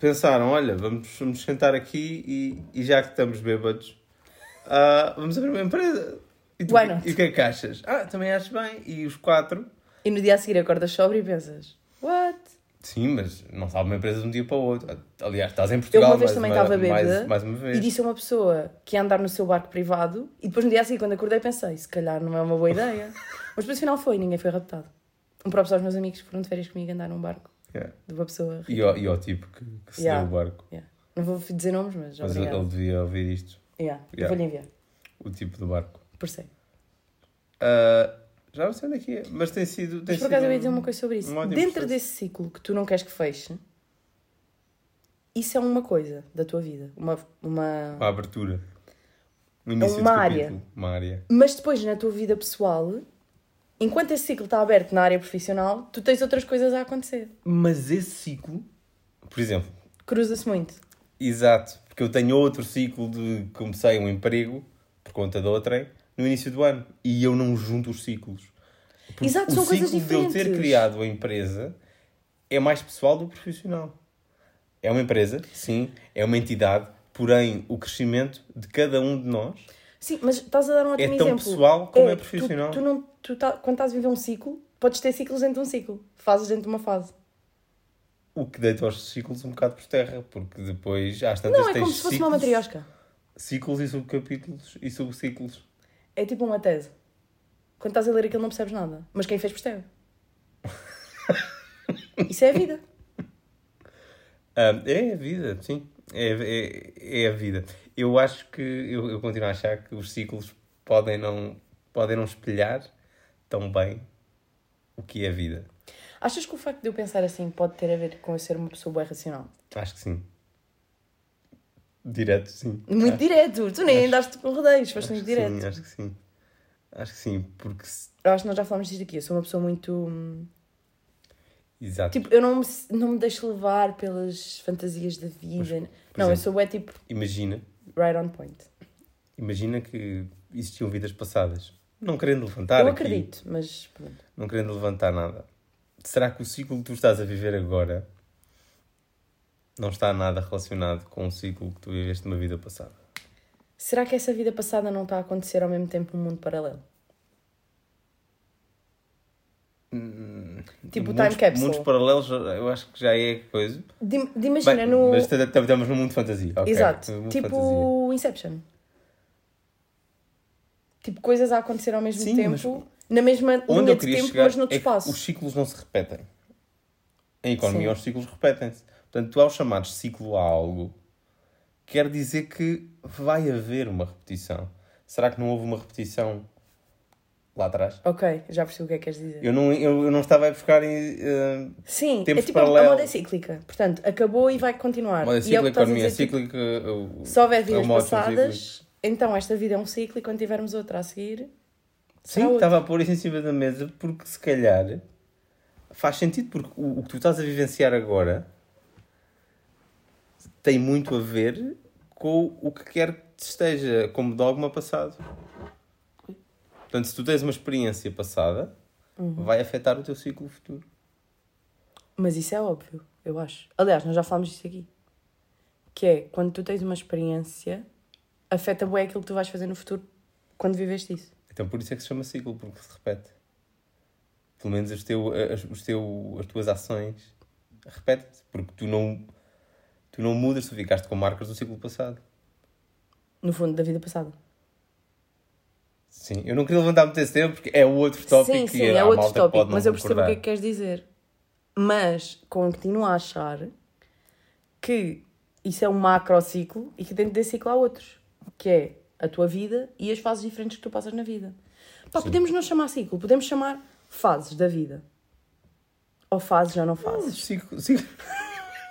Speaker 1: Pensaram, olha, vamos nos sentar aqui e, e já que estamos bêbados, ah, vamos abrir uma empresa. E, tu-
Speaker 2: Why not?
Speaker 1: e o que é que achas? Ah, também acho bem. E os quatro?
Speaker 2: E no dia a seguir acordas sobre e pensas: What?
Speaker 1: Sim, mas não sabe uma empresa de um dia para o outro. Aliás, estás em
Speaker 2: Eu
Speaker 1: Portugal.
Speaker 2: uma vez
Speaker 1: mais
Speaker 2: também
Speaker 1: uma-
Speaker 2: estava bêbada
Speaker 1: Mais, mais uma vez.
Speaker 2: e disse a uma pessoa que ia andar no seu barco privado e depois no dia a seguir, quando acordei, pensei, se calhar não é uma boa ideia. Mas depois final foi, ninguém foi raptado. Um próprio só aos meus amigos que foram de férias comigo andar num barco
Speaker 1: Yeah.
Speaker 2: de uma pessoa rica.
Speaker 1: E, ao, e ao tipo que, que se
Speaker 2: Yeah.
Speaker 1: deu o barco.
Speaker 2: Yeah. Não vou dizer nomes, mas
Speaker 1: Mas ele-
Speaker 2: obrigada.
Speaker 1: ele devia ouvir isto.
Speaker 2: Yeah.
Speaker 1: Yeah.
Speaker 2: Vou-lhe enviar,
Speaker 1: O tipo do barco.
Speaker 2: por sei.
Speaker 1: Ah, já não sei onde é que é, mas tem sido. Tem
Speaker 2: Mas por
Speaker 1: sido
Speaker 2: acaso eu ia
Speaker 1: um-
Speaker 2: dizer uma coisa sobre isso.
Speaker 1: um ótimo
Speaker 2: Dentro
Speaker 1: processo.
Speaker 2: desse ciclo que tu não queres que feche, isso é uma coisa da tua vida. Uma, uma...
Speaker 1: Uma abertura. Um início
Speaker 2: É uma
Speaker 1: de
Speaker 2: área.
Speaker 1: capítulo. Uma área.
Speaker 2: Mas depois, na tua vida pessoal, enquanto esse ciclo está aberto na área profissional, tu tens outras coisas a acontecer.
Speaker 1: Mas esse ciclo. Por exemplo,
Speaker 2: Cruza-se muito.
Speaker 1: Exato, porque eu tenho outro ciclo de comecei um emprego por conta de outrem no início do ano e eu não junto os ciclos. Porque
Speaker 2: Exato,
Speaker 1: o
Speaker 2: são coisas
Speaker 1: ciclo de eu ter
Speaker 2: diferentes.
Speaker 1: criado a empresa é mais pessoal do que profissional. É uma empresa, sim, é uma entidade, porém o crescimento de cada um de nós
Speaker 2: Sim, mas estás a dar um
Speaker 1: é
Speaker 2: ótimo
Speaker 1: tão
Speaker 2: exemplo.
Speaker 1: pessoal como é,
Speaker 2: tu-
Speaker 1: profissional.
Speaker 2: Tu, não, tu tá- quando estás a viver um ciclo, podes ter ciclos dentro de um ciclo. Fases dentro de uma fase.
Speaker 1: O que deita os ciclos um bocado por terra, porque depois às tantas
Speaker 2: Não, é
Speaker 1: tens
Speaker 2: como se fosse uma
Speaker 1: ciclos,
Speaker 2: matriosca.
Speaker 1: ciclos e subcapítulos e subciclos.
Speaker 2: É tipo uma tese. Quando estás a ler aquilo não percebes nada. Mas quem fez percebe. Isso é a vida.
Speaker 1: Ah, é a vida, sim. É, é, é a vida. Eu acho que eu, eu continuo a achar que os ciclos podem não, podem não espelhar tão bem o que é a vida.
Speaker 2: Achas que o facto de eu pensar assim pode ter a ver com eu ser uma pessoa bem racional?
Speaker 1: Acho que sim. Direto, sim.
Speaker 2: Muito
Speaker 1: Acho-
Speaker 2: direto. Tu nem andaste com rodeios, foste
Speaker 1: acho
Speaker 2: muito
Speaker 1: que
Speaker 2: direto.
Speaker 1: Sim, é. acho que sim. Acho que sim, porque. se-
Speaker 2: Eu acho que nós já falámos disto aqui. Eu sou uma pessoa muito. hum,
Speaker 1: Exato.
Speaker 2: Tipo, eu não me, não me deixo levar pelas fantasias da vida. não, eu
Speaker 1: exemplo-
Speaker 2: sou é tipo
Speaker 1: Imagina,
Speaker 2: right on point.
Speaker 1: imagina que existiam vidas passadas. Não querendo levantar
Speaker 2: eu
Speaker 1: aqui.
Speaker 2: acredito, mas pronto.
Speaker 1: não querendo levantar nada, será que o ciclo que tu estás a viver agora não está nada relacionado com o ciclo que tu viveste numa vida passada.
Speaker 2: Será que essa vida passada não está a acontecer ao mesmo tempo num mundo paralelo?
Speaker 1: Hum,
Speaker 2: Tipo o time capsule.
Speaker 1: Mundos paralelos, eu acho que já é coisa.
Speaker 2: De, de
Speaker 1: Bem,
Speaker 2: imagina no.
Speaker 1: Mas t- t- estamos num mundo de fantasia. ok.
Speaker 2: Exato.
Speaker 1: Mundo de
Speaker 2: tipo
Speaker 1: fantasia.
Speaker 2: Inception. Tipo coisas a acontecer ao mesmo
Speaker 1: Sim,
Speaker 2: tempo,
Speaker 1: mas
Speaker 2: na mesma
Speaker 1: Onde
Speaker 2: linha
Speaker 1: eu
Speaker 2: de
Speaker 1: queria
Speaker 2: tempo,
Speaker 1: chegar
Speaker 2: mas noutro
Speaker 1: é que
Speaker 2: espaço.
Speaker 1: os ciclos não se repetem. Em economia,
Speaker 2: Sim.
Speaker 1: os ciclos repetem-se. Portanto, tu ao chamar ciclo a algo, quer dizer que vai haver uma repetição. Será que não houve uma repetição lá atrás?
Speaker 2: Ok, já percebi o que é que queres dizer.
Speaker 1: Eu não, eu, eu não estava a buscar em, eh,
Speaker 2: Sim, é
Speaker 1: Tempos
Speaker 2: tipo a- a
Speaker 1: paralelos.
Speaker 2: moda é cíclica. Portanto, acabou e vai continuar.
Speaker 1: moda
Speaker 2: e é o
Speaker 1: cíclica,
Speaker 2: que estás a
Speaker 1: economia
Speaker 2: dizer, tipo,
Speaker 1: cíclica. o-
Speaker 2: se houver
Speaker 1: a
Speaker 2: vidas
Speaker 1: moda cíclica.
Speaker 2: passadas, então esta vida é um ciclo e quando tivermos outra a seguir, Há
Speaker 1: Sim, tá.
Speaker 2: outro.
Speaker 1: estava a pôr isso em cima da mesa porque se calhar faz sentido, porque o, o que tu estás a vivenciar agora tem muito a ver com o que quer que te esteja como dogma passado. Portanto, se tu tens uma experiência passada,
Speaker 2: Uhum.
Speaker 1: vai afetar o teu ciclo futuro.
Speaker 2: Mas isso é óbvio, eu acho. Aliás, nós já falámos disso aqui. Que é, quando tu tens uma experiência, afeta bem aquilo que tu vais fazer no futuro quando viveste isso.
Speaker 1: Então, por isso é que se chama ciclo, porque se repete. Pelo menos os teu, as, os teu, as tuas ações repetem-se, porque tu não, tu não mudas, tu ficaste com marcas do ciclo passado.
Speaker 2: No fundo da vida passada.
Speaker 1: Sim, eu não queria levantar muito esse tema porque é outro tópico.
Speaker 2: sim, sim,
Speaker 1: e
Speaker 2: é
Speaker 1: há
Speaker 2: outro
Speaker 1: malta que
Speaker 2: tópico,
Speaker 1: pode não
Speaker 2: mas eu percebo o que é que
Speaker 1: concordar.
Speaker 2: queres dizer. Mas continuo a achar que isso é um macrociclo e que dentro desse ciclo há outros. Que é a tua vida e as fases diferentes que tu passas na vida. Pá, podemos não chamar ciclo, podemos chamar fases da vida. Ou fases ou não fases.
Speaker 1: Ciclo, ciclo...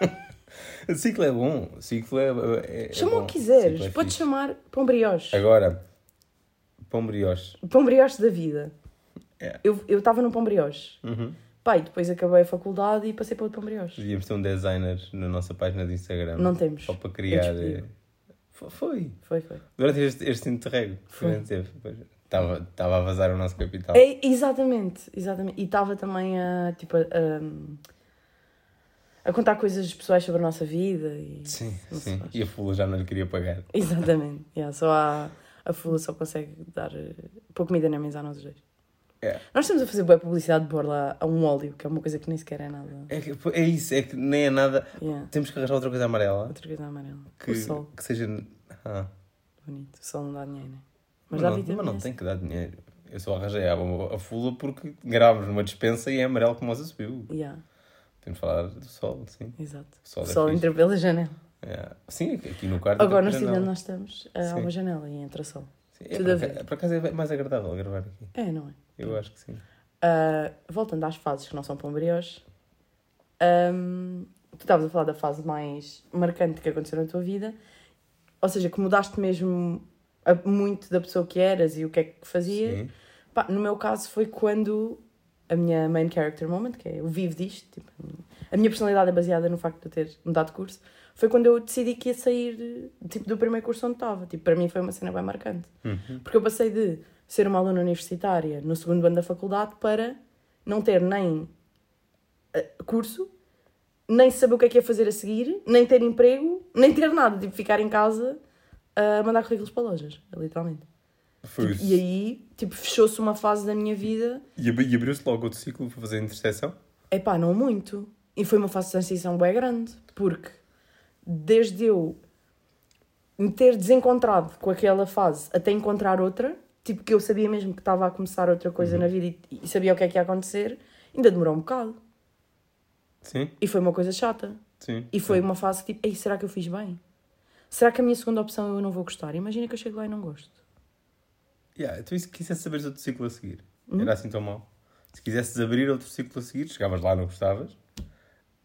Speaker 1: ciclo é bom. Ciclo é. é- é
Speaker 2: Chama
Speaker 1: bom.
Speaker 2: o que quiseres.
Speaker 1: Ciclo é
Speaker 2: Podes
Speaker 1: fixe.
Speaker 2: chamar pão brioche.
Speaker 1: Agora, pão brioche.
Speaker 2: Pão brioche da vida.
Speaker 1: É. Uhum.
Speaker 2: Eu eu estava no pão brioche. Pá, e depois acabei a faculdade e passei para outro pão brioche.
Speaker 1: Devíamos ter um designer na nossa página de Instagram.
Speaker 2: Não temos.
Speaker 1: Só para
Speaker 2: Eu
Speaker 1: criar.
Speaker 2: despedi.
Speaker 1: eh, fo- Foi.
Speaker 2: Foi, foi.
Speaker 1: Durante este, este interrego.
Speaker 2: Foi.
Speaker 1: Durante teve. Pois, Estava, estava a vazar o nosso capital.
Speaker 2: É, exatamente, exatamente. E estava também a, tipo, a, a- a contar coisas pessoais sobre a nossa vida. E...
Speaker 1: Sim,
Speaker 2: Não se
Speaker 1: sim.
Speaker 2: faz.
Speaker 1: E a Fula já não lhe queria pagar.
Speaker 2: Exatamente. Yeah, só a, a Fula só consegue dar eh, pôr comida na mesa a nós dois.
Speaker 1: É.
Speaker 2: Nós estamos a fazer boa publicidade de borla a um óleo, que é uma coisa que nem sequer é nada.
Speaker 1: É, que- é isso, é que nem é nada.
Speaker 2: Yeah.
Speaker 1: Temos que arranjar outra coisa amarela.
Speaker 2: Outra coisa amarela.
Speaker 1: que,
Speaker 2: O sol.
Speaker 1: que seja. Ah,
Speaker 2: Bonito. O sol não dá dinheiro, né?
Speaker 1: mas,
Speaker 2: Mas, dá
Speaker 1: não,
Speaker 2: vitamina.
Speaker 1: mas não tem que dar dinheiro. Eu só arranjei a, a fula porque gravámos numa dispensa e é amarelo como você subiu.
Speaker 2: Yeah,
Speaker 1: Temos de falar do sol, sim.
Speaker 2: exato.
Speaker 1: O
Speaker 2: O
Speaker 1: sol
Speaker 2: sol,
Speaker 1: é fixe.
Speaker 2: entra pela janela.
Speaker 1: É, Sim, aqui aqui no quarto.
Speaker 2: Agora,
Speaker 1: tem
Speaker 2: no
Speaker 1: que
Speaker 2: estúdio onde
Speaker 1: janela.
Speaker 2: nós estamos, eh, há
Speaker 1: Sim.
Speaker 2: uma janela e entra sol.
Speaker 1: Sim, é,
Speaker 2: tudo
Speaker 1: por
Speaker 2: a
Speaker 1: aca-
Speaker 2: ver.
Speaker 1: Por acaso é mais agradável gravar aqui.
Speaker 2: É, não é?
Speaker 1: Eu acho que sim.
Speaker 2: Ah, voltando às fases que não são pombriós, ahm, tu estavas a falar da fase mais marcante que aconteceu na tua vida, ou seja, que mudaste mesmo a- muito da pessoa que eras e o que é que fazias.
Speaker 1: Sim.
Speaker 2: Pá, no meu caso foi quando a minha main character moment, que é eu vivo disto, tipo, a minha personalidade é baseada no facto de eu ter mudado de curso, foi quando eu decidi que ia sair tipo, do primeiro curso onde estava. Tipo, para mim foi uma cena bem marcante. Porque eu passei de ser uma aluna universitária no segundo ano da faculdade para não ter nem eh, curso, nem saber o que é que ia fazer a seguir, nem ter emprego, nem ter nada. Tipo, ficar em casa a mandar currículos para lojas, literalmente.
Speaker 1: Foi
Speaker 2: Tipo,
Speaker 1: isso.
Speaker 2: e aí, tipo, fechou-se uma fase da minha vida.
Speaker 1: E, ab- e abriu-se logo outro ciclo para fazer a interseção.
Speaker 2: Epá, não muito. E foi uma fase de transição bem grande. Porque desde eu me ter desencontrado com aquela fase até encontrar outra, tipo, que eu sabia mesmo que estava a começar outra coisa
Speaker 1: Uhum.
Speaker 2: na vida e, e sabia o que é que ia acontecer, ainda demorou um bocado.
Speaker 1: Sim,
Speaker 2: E foi uma coisa chata.
Speaker 1: sim.
Speaker 2: E foi uma fase que tipo, ei, será que eu fiz bem? Será que a minha segunda opção eu não vou gostar? Imagina que eu chego lá e não gosto.
Speaker 1: Yeah, tu se quisesse saber outro ciclo a seguir,
Speaker 2: Hum?
Speaker 1: era assim tão mal. Se quisesses abrir outro ciclo a seguir, chegavas lá, não gostavas,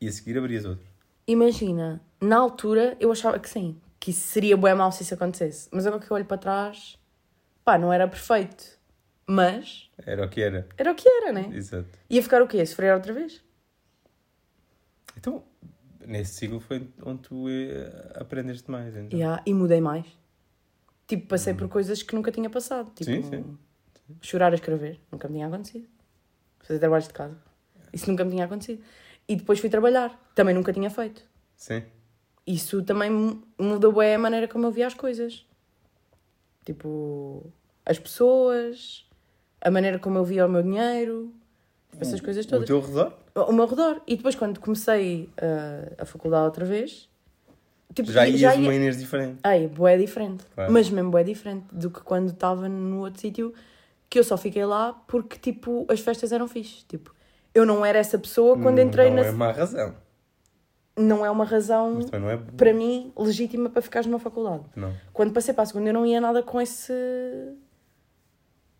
Speaker 1: e a seguir abrias outro.
Speaker 2: Imagina, na altura eu achava que sim, que isso seria bem mau se isso acontecesse. Mas agora que eu olho para trás, pá, não era perfeito. Mas
Speaker 1: Era o que era.
Speaker 2: era o que era, né?
Speaker 1: Exato.
Speaker 2: Ia ficar o quê? A sofrer outra vez?
Speaker 1: Então, nesse ciclo foi onde tu eh, aprendeste mais, então.
Speaker 2: Yeah, e mudei mais. Tipo, passei por coisas que nunca tinha passado. Tipo,
Speaker 1: Sim, sim.
Speaker 2: chorar a escrever, nunca me tinha acontecido. Fazer trabalhos de casa, isso nunca me tinha acontecido. E depois fui trabalhar, também nunca tinha feito.
Speaker 1: Sim.
Speaker 2: isso também mu- mudou bem a maneira como eu via as coisas. Tipo, as pessoas, a maneira como eu via o meu dinheiro, tipo, essas coisas
Speaker 1: O
Speaker 2: todas.
Speaker 1: teu redor?
Speaker 2: O meu redor. E depois, quando comecei ah, a faculdade outra vez, tipo,
Speaker 1: Já ias
Speaker 2: ia-
Speaker 1: uma Inês diferente.
Speaker 2: Ai, bué diferente.
Speaker 1: Claro.
Speaker 2: Mas mesmo bué diferente do que quando estava no outro sítio, que eu só fiquei lá porque, tipo, as festas eram fixe. Tipo, eu não era essa pessoa quando entrei
Speaker 1: não
Speaker 2: na...
Speaker 1: é má razão.
Speaker 2: Não é uma razão,
Speaker 1: Mas também não é boa.
Speaker 2: para mim, legítima para ficares numa faculdade.
Speaker 1: Não.
Speaker 2: Quando passei para a segunda, eu não ia nada com esse...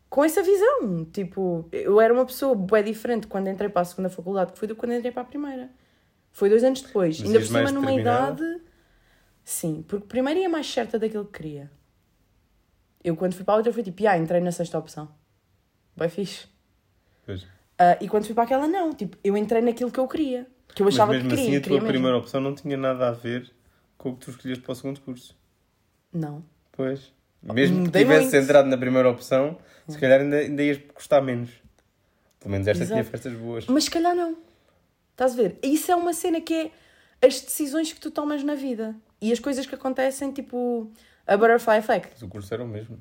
Speaker 2: Com essa visão. Tipo, eu era uma pessoa bué diferente quando entrei para a segunda faculdade, que foi do que quando entrei para a primeira. Foi dois anos depois.
Speaker 1: Mas
Speaker 2: Ainda por
Speaker 1: ias
Speaker 2: cima,
Speaker 1: mais
Speaker 2: numa
Speaker 1: determinada?
Speaker 2: idade... Sim, porque primeiro ia mais certa daquilo que queria. Eu, quando fui para a outra, fui tipo, ah, entrei na sexta opção. Bem fixe.
Speaker 1: Pois.
Speaker 2: Ah, e quando fui para aquela, não. Tipo, eu entrei naquilo que eu queria. Que eu
Speaker 1: Mas
Speaker 2: achava
Speaker 1: mesmo
Speaker 2: que queria.
Speaker 1: assim, a
Speaker 2: queria
Speaker 1: tua
Speaker 2: mesmo.
Speaker 1: primeira opção não tinha nada a ver com o que tu escolheste para o segundo curso.
Speaker 2: Não.
Speaker 1: Pois. Mesmo que
Speaker 2: mudei
Speaker 1: tivesse
Speaker 2: muito.
Speaker 1: entrado na primeira opção,
Speaker 2: Hum.
Speaker 1: se calhar ainda, ainda ias custar menos. Pelo menos esta tinha
Speaker 2: Exato.
Speaker 1: festas boas.
Speaker 2: Mas se calhar não. Estás a ver? Isso é uma cena que é as decisões que tu tomas na vida. E as coisas que acontecem, tipo, a butterfly effect.
Speaker 1: Mas o curso era o mesmo.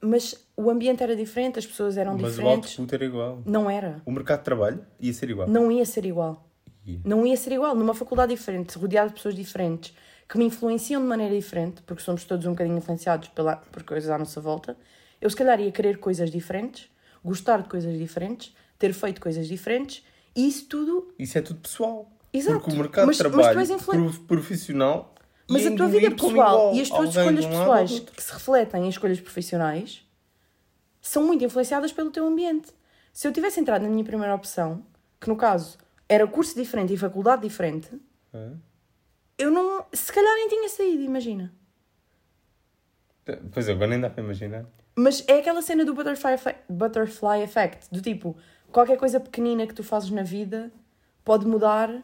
Speaker 2: Mas o ambiente era diferente, as pessoas eram
Speaker 1: Mas o
Speaker 2: diferentes.
Speaker 1: output era igual.
Speaker 2: Não era.
Speaker 1: O mercado de trabalho ia ser igual.
Speaker 2: Não ia ser igual.
Speaker 1: Ia.
Speaker 2: Não ia ser igual. Numa faculdade diferente, rodeada de pessoas diferentes, que me influenciam de maneira diferente, porque somos todos um bocadinho influenciados pela, por coisas à nossa volta, eu se calhar ia querer coisas diferentes, gostar de coisas diferentes, ter feito coisas diferentes, e isso tudo
Speaker 1: Isso é tudo pessoal.
Speaker 2: Exato.
Speaker 1: Porque o mercado
Speaker 2: Mas-
Speaker 1: de
Speaker 2: mas tu
Speaker 1: trabalho
Speaker 2: és influen-
Speaker 1: pro- profissional.
Speaker 2: Mas
Speaker 1: ia
Speaker 2: a tua vida
Speaker 1: engolir é como
Speaker 2: pessoal
Speaker 1: igual
Speaker 2: e as tuas
Speaker 1: alguém de
Speaker 2: escolhas
Speaker 1: um lado ao
Speaker 2: pessoais
Speaker 1: outro.
Speaker 2: que se refletem em escolhas profissionais são muito influenciadas pelo teu ambiente. Se eu tivesse entrado na minha primeira opção, que no caso era curso diferente e faculdade diferente,
Speaker 1: É.
Speaker 2: eu não. Se calhar nem tinha saído, imagina.
Speaker 1: Pois é, agora nem dá para imaginar.
Speaker 2: Mas é aquela cena do butterfly, efe- butterfly effect do tipo, qualquer coisa pequenina que tu fazes na vida pode mudar,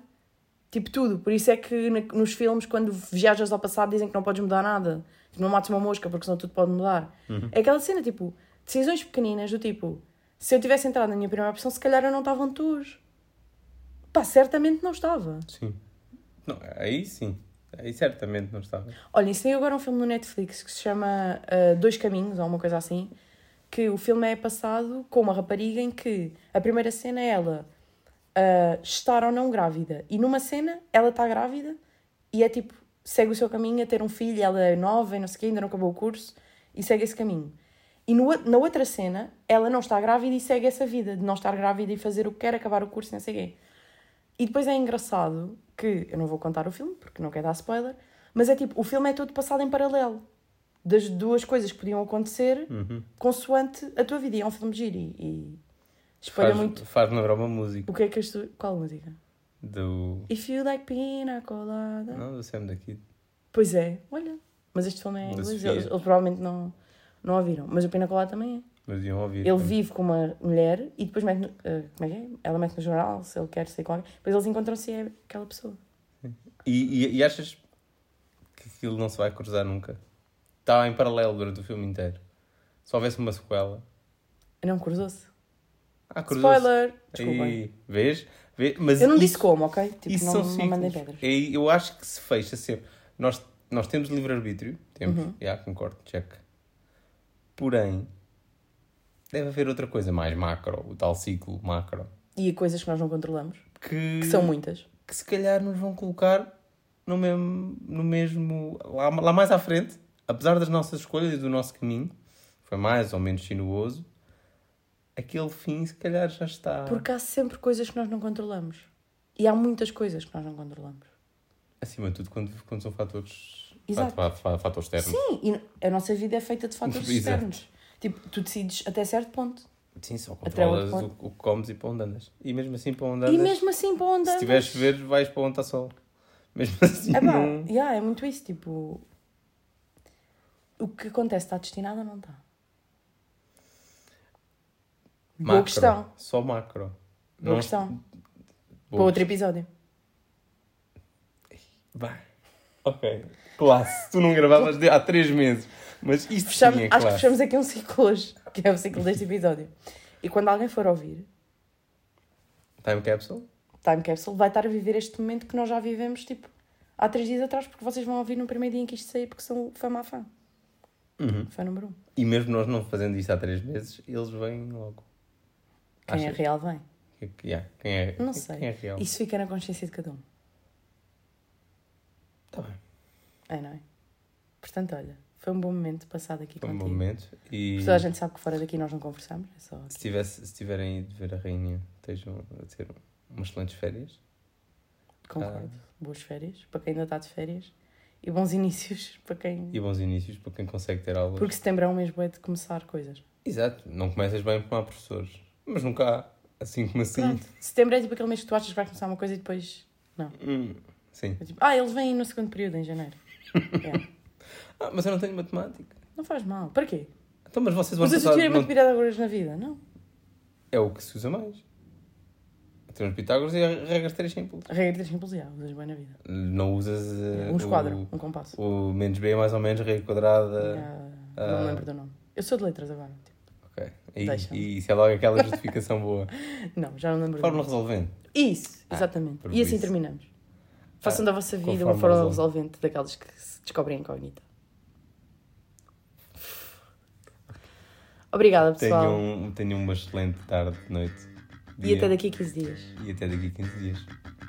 Speaker 2: tipo, tudo. Por isso é que na- nos filmes, quando viajas ao passado, dizem que não podes mudar nada. Tipo, Não mates uma mosca, porque senão tudo pode mudar. É aquela cena, tipo, decisões pequeninas do tipo, se eu tivesse entrado na minha primeira opção, se calhar eu não estava onde tu hoje. Pá, certamente não estava.
Speaker 1: Sim. Não, aí sim. Aí certamente não estava.
Speaker 2: Olhem, saiu agora um filme no Netflix que se chama ah, Dois Caminhos, ou uma coisa assim, que o filme é passado com uma rapariga em que a primeira cena é ela ah, estar ou não grávida. E numa cena ela está grávida e é tipo, segue o seu caminho a ter um filho, ela é nova e não sei o quê, ainda não acabou o curso, e segue esse caminho. E no, ou- na outra cena, ela não está grávida e segue essa vida de não estar grávida e fazer o que quer, acabar o curso e não sei o quê. E depois é engraçado que, eu não vou contar o filme porque não quero dar spoiler, mas é tipo, o filme é todo passado em paralelo das duas coisas que podiam acontecer consoante a tua vida. E é um filme giro e, e espalha
Speaker 1: Faz,
Speaker 2: muito.
Speaker 1: faz lembrar uma música
Speaker 2: O que é que as tu... Qual música?
Speaker 1: do.
Speaker 2: If you like pina colada.
Speaker 1: Não, do Sam da Kid.
Speaker 2: Pois é, olha. Mas este filme é em
Speaker 1: Da
Speaker 2: inglês,
Speaker 1: Sofia.
Speaker 2: eles, eles provavelmente não, não a viram. Mas o Pina Colada também é.
Speaker 1: Mas iam ouvir.
Speaker 2: Ele vive com uma mulher e depois mete no, eh, como é que é? Ela mete no jornal se ele quer sair com alguém. Depois eles encontram-se e é aquela pessoa.
Speaker 1: E, e, e achas que aquilo não se vai cruzar nunca? Está em paralelo durante o filme inteiro. Se houvesse uma sequela.
Speaker 2: Não, cruzou-se.
Speaker 1: Ah, cruzou-se.
Speaker 2: Spoiler! Desculpem.
Speaker 1: Aí, vês? Vê- Mas
Speaker 2: Eu não
Speaker 1: isso-
Speaker 2: disse como, ok? Tipo,
Speaker 1: isso
Speaker 2: não,
Speaker 1: são
Speaker 2: não mandei
Speaker 1: ciclos.
Speaker 2: pedras.
Speaker 1: E eu acho que se fecha sempre. Nós, nós temos livre-arbítrio, temos,
Speaker 2: Uhum.
Speaker 1: já concordo, check. Porém, deve haver outra coisa mais macro, o tal ciclo macro,
Speaker 2: E coisas que nós não controlamos,
Speaker 1: que,
Speaker 2: que são muitas.
Speaker 1: que se calhar nos vão colocar no mesmo, no mesmo lá, lá mais à frente, apesar das nossas escolhas e do nosso caminho, foi mais ou menos sinuoso, aquele fim se calhar já está
Speaker 2: Porque há sempre coisas que nós não controlamos. E há muitas coisas que nós não controlamos.
Speaker 1: acima de tudo quando, quando são fatores,
Speaker 2: Exato.
Speaker 1: fat- fat- fatores externos.
Speaker 2: Sim, e a nossa vida é feita de fatores
Speaker 1: Exato.
Speaker 2: externos. Tipo, tu decides até certo ponto.
Speaker 1: Sim, só
Speaker 2: Até outro
Speaker 1: controlas o, o que comes e para onde andas. E mesmo assim, para onde
Speaker 2: E
Speaker 1: andas,
Speaker 2: mesmo assim, para onde
Speaker 1: se
Speaker 2: andas?
Speaker 1: tiveres ver, vais para onde está sol. Mesmo assim,
Speaker 2: É pá,
Speaker 1: não...
Speaker 2: yeah, é muito isso, tipo... O que acontece está destinado ou não está? Boa
Speaker 1: macro.
Speaker 2: questão.
Speaker 1: Só macro.
Speaker 2: Boa
Speaker 1: Não-
Speaker 2: questão. Para
Speaker 1: Boa
Speaker 2: outro episódio.
Speaker 1: Vai. Ok. Classe. Tu não gravavas de- há três meses. Mas isto
Speaker 2: Fechamos,
Speaker 1: sim é
Speaker 2: acho que
Speaker 1: classe.
Speaker 2: fechamos aqui um ciclo hoje, que é o ciclo deste episódio. E quando alguém for ouvir,
Speaker 1: Time capsule?
Speaker 2: Time Capsule vai estar a viver este momento que nós já vivemos, tipo, há três dias atrás, porque vocês vão ouvir no primeiro dia em que isto sair, porque são fã má fã.
Speaker 1: Uhum.
Speaker 2: Fã número um.
Speaker 1: E mesmo nós não fazendo isto há três meses, eles vêm logo.
Speaker 2: Quem é
Speaker 1: Achas?
Speaker 2: real vem.
Speaker 1: Que- que- yeah, Quem é,
Speaker 2: Não sei.
Speaker 1: Quem é real?
Speaker 2: Isso fica na consciência de cada um.
Speaker 1: Tá bem.
Speaker 2: É, não é? Portanto, olha, foi um bom momento passado aqui
Speaker 1: Foi um bom
Speaker 2: contigo.
Speaker 1: momento. E
Speaker 2: Porque toda a gente sabe que fora daqui nós não conversamos, é só
Speaker 1: se, tivesse, se tiverem ido ver a rainha, estejam a ter umas excelentes férias.
Speaker 2: concordo.
Speaker 1: Ah.
Speaker 2: Boas férias para quem ainda está de férias e bons inícios para quem.
Speaker 1: E bons inícios para quem consegue ter aulas.
Speaker 2: Porque setembro é um mês bué de começar coisas.
Speaker 1: Exato, não começas bem porque não há professores. Mas nunca há, assim como assim.
Speaker 2: Pronto. Setembro é tipo aquele mês que tu achas que vai começar uma coisa e depois.
Speaker 1: Hum, sim.
Speaker 2: é tipo, ah, eles vêm no segundo período, em janeiro. É.
Speaker 1: Ah, mas eu não tenho matemática.
Speaker 2: Não faz mal. Para quê?
Speaker 1: Então, mas vocês vão
Speaker 2: Mas eu
Speaker 1: passar.
Speaker 2: tirei muito
Speaker 1: Não...
Speaker 2: Pitágoras na vida, não?
Speaker 1: É o que se usa mais. Temos Pitágoras e a- regras três simples.
Speaker 2: A regra é de simples, já, usas bem na vida.
Speaker 1: Não usas. eh,
Speaker 2: Um esquadro,
Speaker 1: o-
Speaker 2: um compasso.
Speaker 1: O, menos B é mais ou menos raiz quadrada.
Speaker 2: Ah, não me lembro do nome. Eu sou de letras agora. tipo.
Speaker 1: Ok. E,
Speaker 2: Deixa.
Speaker 1: e isso é logo aquela justificação boa.
Speaker 2: Não, já não me lembro do
Speaker 1: Fórmula
Speaker 2: nome.
Speaker 1: resolvente.
Speaker 2: Isso,
Speaker 1: Ah,
Speaker 2: exatamente.
Speaker 1: por
Speaker 2: E assim
Speaker 1: isso. Ah,
Speaker 2: terminamos. Façam da vossa
Speaker 1: com
Speaker 2: vida uma
Speaker 1: fórmula
Speaker 2: fórmula
Speaker 1: resolvente.
Speaker 2: resolvente daquelas que se descobrem incógnita. Obrigada, pessoal.
Speaker 1: Tenham, tenham uma excelente tarde, noite.
Speaker 2: E
Speaker 1: um dia,
Speaker 2: até daqui a 15 dias.
Speaker 1: E até daqui a 15 dias.